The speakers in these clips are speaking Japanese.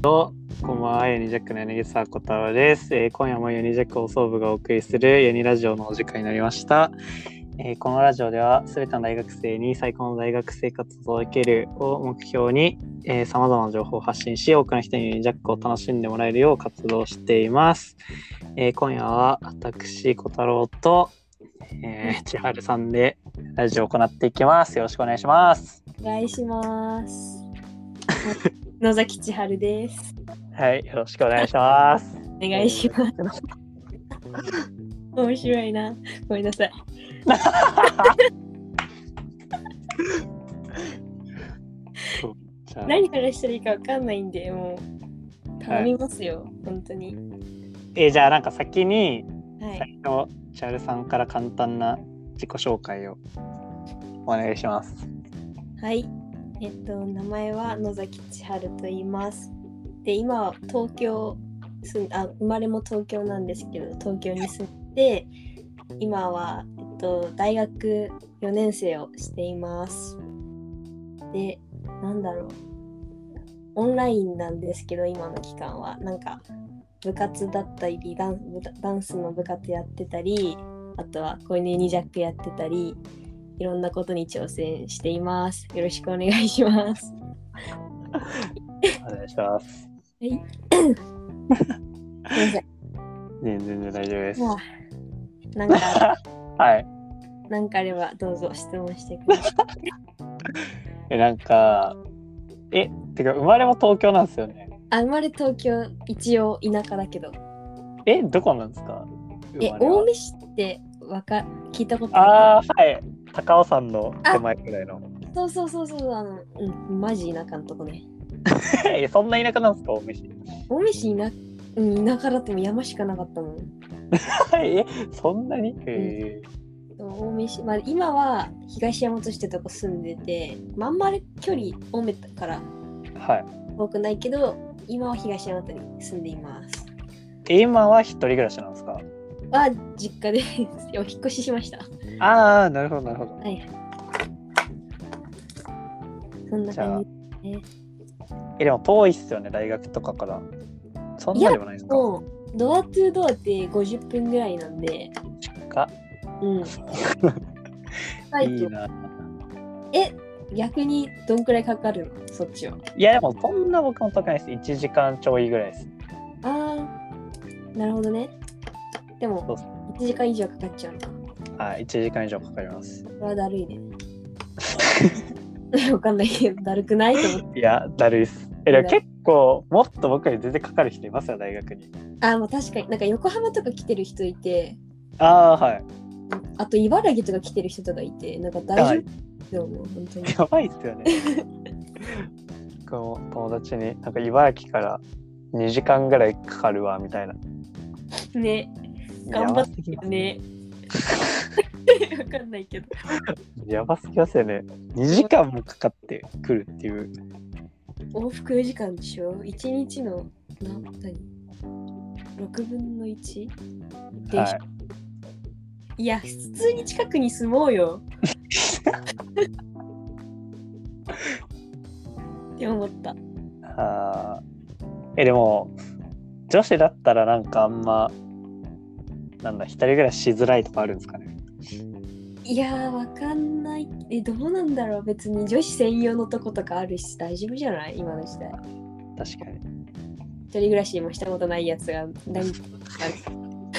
どうもこんばんは、ユニジャックの柳沢小太郎です、えー今夜もユニジャック放送部がお送りするユニラジオのお時間になりました。えーこのラジオでは、すべての大学生に最高の大学生活を届けるを目標に、さまざまな情報を発信し、多くの人にユニジャックを楽しんでもらえるよう活動しています。えー今夜は私、小太郎と、えー千春さんでラジオを行っていきます。よろしくお願いします。お願いします。はい野崎千春です。はい、よろしくお願いします。お願いします。面白いな。ごめんなさい。じゃあ何からしたらいいかわかんないんで、もう頼みますよ、本当に。えーじゃあなんか先にはい。最初チャールさんから簡単な自己紹介をお願いします。はい。えっと、名前は野崎千春と言います。で、今は東京住んあ、生まれも東京なんですけど、東京に住んで、今は、えっと、大学4年生をしています。で、なんだろう。オンラインなんですけど、今の期間は。なんか、部活だったり、ダン部ダンスの部活やってたり、あとは、こういうニジャックやってたり、いろんなことに挑戦しています。よろしくお願い します。お願いします。ごめんなさい全然大丈夫です。もうなんか、はい。なんかあればどうぞ質問してください。えなんかえてか生まれも東京なんですよね。あ、生まれ東京、一応田舎だけど。えどこなんですか？え、生まれは青梅市ってわか聞いたことあああはい。高尾山の手前くらいの。 るそうそうそうそう、あの、うん、マジ田舎のとこね。えそんな田舎なんですか？青梅市。青梅市田,、うん、田舎だっても山しかなかったもん。はい。えそんなに？え青梅市、まあ、今は東大和市ってとこ住んでて、まあ、あんまり距離青梅からー、はい。多くないけど、今は東大和に住んでいます。え今は一人暮らしなんですか？は実家です。 お引っ越ししました。ああなるほどなるほど。そんなじゃあ感じ。えでも遠いっすよね大学とかから。そんなでもないですか？もうドアトゥドアって50分ぐらいなんで、か うん。はいいいとな。え、逆にどんくらいかかるのそっちは。いやでもそんな僕も高いです。1時間ちょいぐらいです。あー、なるほどね。そでうも、1時間以上かかっちゃうのか。はい、1時間以上かかります。それはだるいね。 わかんないけど、だるくないと思って。いや、だるいっす。え、でも結構、もっと僕より全然かかる人いますよ、大学に。あー、まあ確かに、なんか横浜とか来てる人いて、ああー、はい。 あと茨城とか来てる人とかいて、なんか大は丈い夫だと思う、本当に。やばいっすよね。 僕も友達に、なんか茨城から2時間ぐらいかかるわ、みたいな。 ね、や頑張ばっすぎます。ね。 わかんないけど。やばすぎますよね。2時間もかかってくるっていう。往復4時間でしょ ?1 日の何何 ?6 分の 1? でしょ、、はいや、普通に近くに住もう よ。って思った。い。はえ、でも、女子だったらなんかあんま、なんだ、一人暮らししづらいとかあるんですかね。いやー、わかんない。え、どうなんだろう別に女子専用のとことかあるし、大丈夫じゃない今の時代。確かに。一人暮らしもしたことないやつが何かある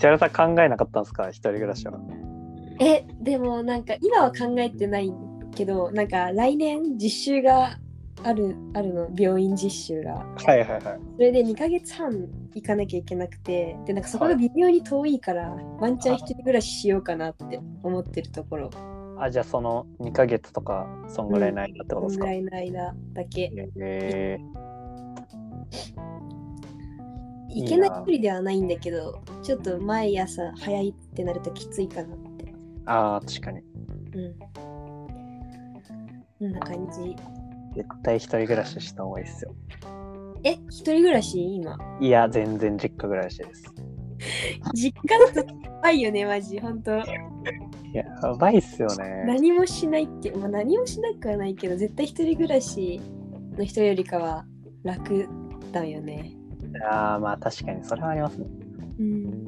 千原さん考えなかったんですか一人暮らしは。えでもなんか今は考えてないけどなんか来年実習があるあるの病院実習がはいはいはい。それで2ヶ月半行かなきゃいけなくてでなんかそこが微妙に遠いから、ワンチャン一人暮らししようかなって思ってるところあ、じゃあその2ヶ月とか、そんぐらいないなってこことのですぐか、らいの間だけえいい行なけない距離ではないんだけどちょっと毎朝早いってなるときついかなってー、ああ、確かに。うんこんな感じ絶対一人暮らしした方がいいっすよ。え一人暮らし今いや、全然実家暮らしです。実家だとやばいよねマジ本当いや、やばいっすよね。何もしないって、まあ、何もしなくはないけど絶対一人暮らしの人よりかは楽だよね。ああ、まあ確かにそれはありますね。 うん。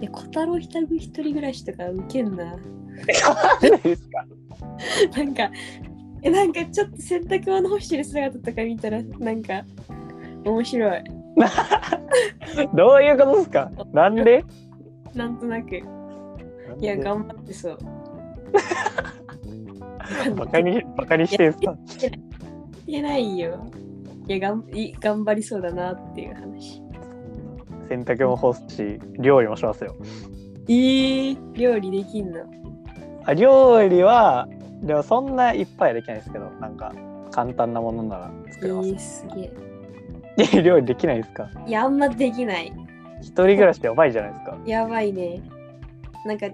で、小太郎ひたぐ一人暮らしとかウケんな。 ですかなんか、え、なんかちょっと洗濯物干してる姿とか見たら、なんか、面白い。どういうことですかなんでなんとなく。いいや、頑張ってそう。バカに、バカにしてるんですかいやないよ。いや、がんい頑張りそうだなっていう話。洗濯も干すし、料理もしますよ。えー、料理できんの。あ料理は、でもそんないっぱいはできないですけど、なんか簡単なものならえ作れます。ー、すげえ。え料理できないですかいや、あんまできない。一人暮らしやばいじゃないですか。やばいね。なんか、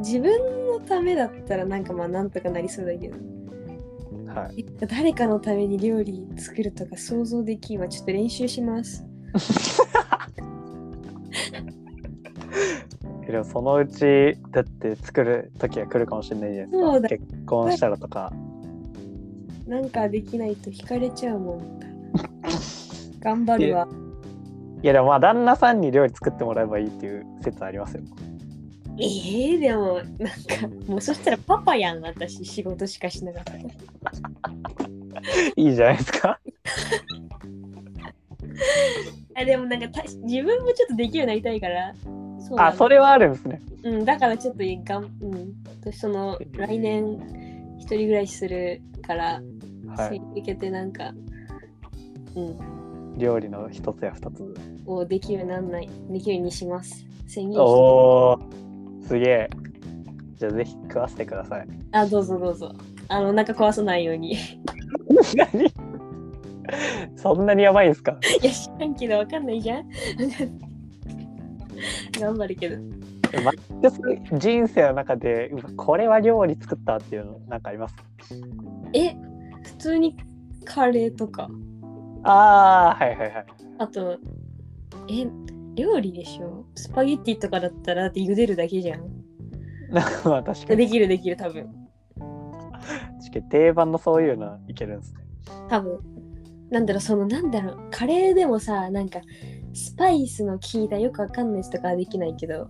自分のためだったら、なんかまあ、なんとかなりそうだけど、はい。誰かのために料理作るとか想像できんわ。ちょっと練習します。えでもそのうち、だって作る時が来るかもしれないじゃないそうでだすか。結婚したらとか。なんかできないと惹かれちゃうもん。頑張るわ。いやでもまあ旦那さんに料理作ってもらえばいいっていう説ありますよ。えー、でも、なんか、もうそしたらパパやん、私、仕事しかしなかった。いいじゃないですか。あでもなんかた自分もちょっとできるようになりたいから。そうなのあ、それはあるんですね。うん、だからちょっといいかん、うん、私その来年一人暮らしするから、はそれい。に向けてなんか、うん、料理の一つや二つ。をできるようになんない、できるようにします。宣言して。おお。すげえ。じゃあぜひ食わせてください。 あ、どうぞどうぞ。あの、お腹壊さないように。い 何そんなにやばいんですか。や、知らんけど、わかんないじゃん。 頑張るけど。で人生の中でうわこれは料理作ったっていうのなんかあります。え、普通にカレーとか、ああはいはいはい。あと、え、料理でしょスパゲッティとかだったら、だって茹でるだけじゃん。なんかまあ確かにできるできる多分確かに定番のそういうのいけるんですね。多分なんだろうそのなんだろうカレーでもさなんかスパイスの効いたよくわかんないやつとかはできないけど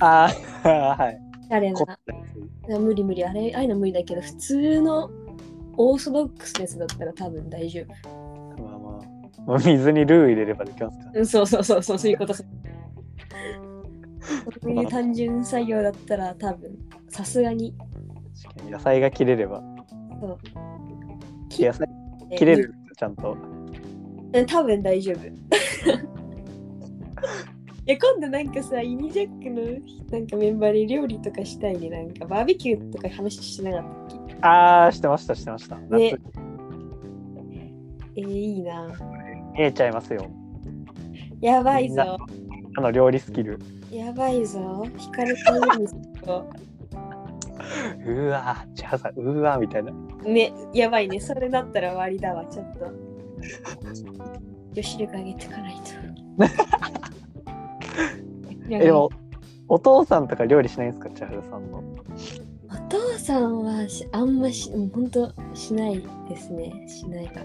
ああはい。あれ 凝っなたやつ無理無理あれああいうの無理だけど普通のオーソドックスなやつだったら多分大丈夫まあまあ、まあ、水にルー入れればできますかうんそうそうそうそうそ ういうことそうそういう単純作業だったら多分さすがに確かに野菜が切れれば。そう野菜切れるちゃんと。うん多分大丈夫。いや今度なんかさ、イニジャックのなんかメンバーで料理とかしたいね。なんかバーベキューとか話してなかったっけああしてましたしてました。夏ねえー、いいな。見えちゃいますよ。やばいぞ。あの料理スキル。やばいぞ。惹かれたようにするぞうわー、千葉さん、うわーみたいな。ね、やばいね。それだったら終わりだわ、ちょっと。女子力上げてかないと。え、でも、お父さんとか料理しないんですか、千葉さんの。お父さんはしあんまし、うんほんとしないですね。しないかな。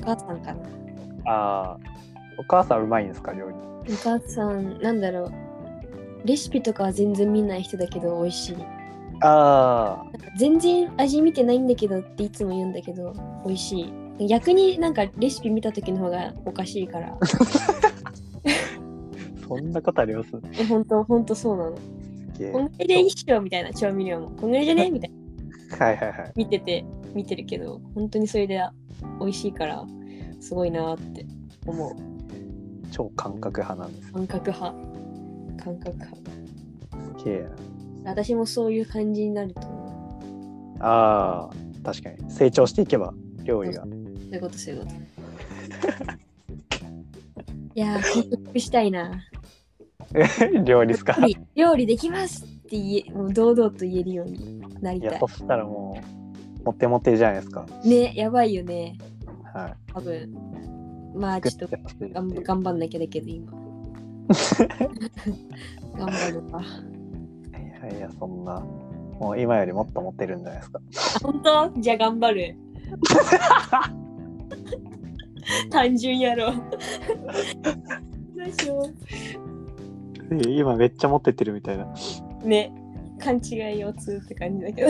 お母さんかな。ああ、お母さんうまいんですか、料理。お母さん、なんだろう。レシピとかは全然見ない人だけど美味しい。あ全然味見てないんだけどっていつも言うんだけど美味しい。逆になんかレシピ見た時の方がおかしいから。あ、そんなことあります。えほんと、ほんとそうなの。すげえこんはぐらいでいいっしょみたいな調味料も。こんぐらいじゃねみたいな。いはいはい。見てて、見てるけど、本当にそれで美味しいから、すごいなーって思う。超感覚派なんです。感覚派。感覚派。すげえ私もそういう感じになると思な。ああ、確かに成長していけば料理が。う。そういうこと、そういうこと。いや ー、克服したいな。料理ですか。料理料理できますって言え、もう堂々と言えるようになりいたや、いそ。したらもう、モテモテじゃないですか。ね、やばいよね。はい。多分。まあ、ちょっと作って頑ほしいってい張う頑張んなきゃだけ ど、今。頑張るわ。いやいや、そんな。も う今よりもっとモテるんじゃないですか。本当じゃあ頑張る。単純やろ。どうしよ今めっちゃ持ってってるみたいな。う。ね。勘違い腰痛って感じだけど。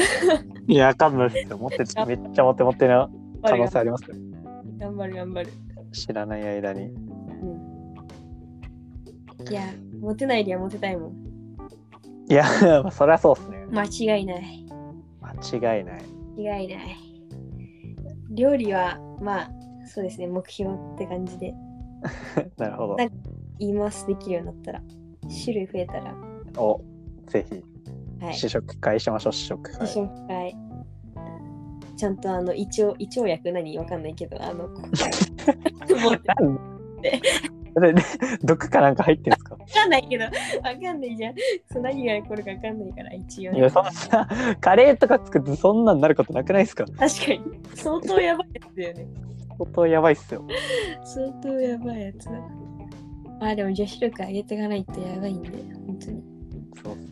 いや、わかんないですよ。持ってって、めっちゃ持って持ってな可能性ありますよ。頑張る頑張る。知らない間に。いや、モテないにはモテたいもん。いや、まあそりゃそうっすね。間違いない。間違いない。間違いない。料理は、まあ、そうですね、目標って感じで。なるほなん言います、できるようになったら。種類増えたら。はど。お、ぜひ、い。試食会しましょう、試食会。紹介ちゃんとあの胃腸胃腸薬何わかんないけどあのこうもうわでで毒かなんか入ってんすかかんないけどわかんないじゃんそう何が起こるかわかんないから一応いや、そんな、カレーとか作ってそんなんなることなくないですか確かに相当やばいやつだよね相当やばいっすよ。相当やばいやつだあでも女子力上げていかないとやばいんで本当にそうっすね。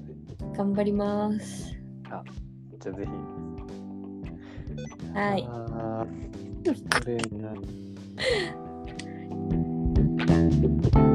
頑張りますじゃあぜひ。はいあー。これな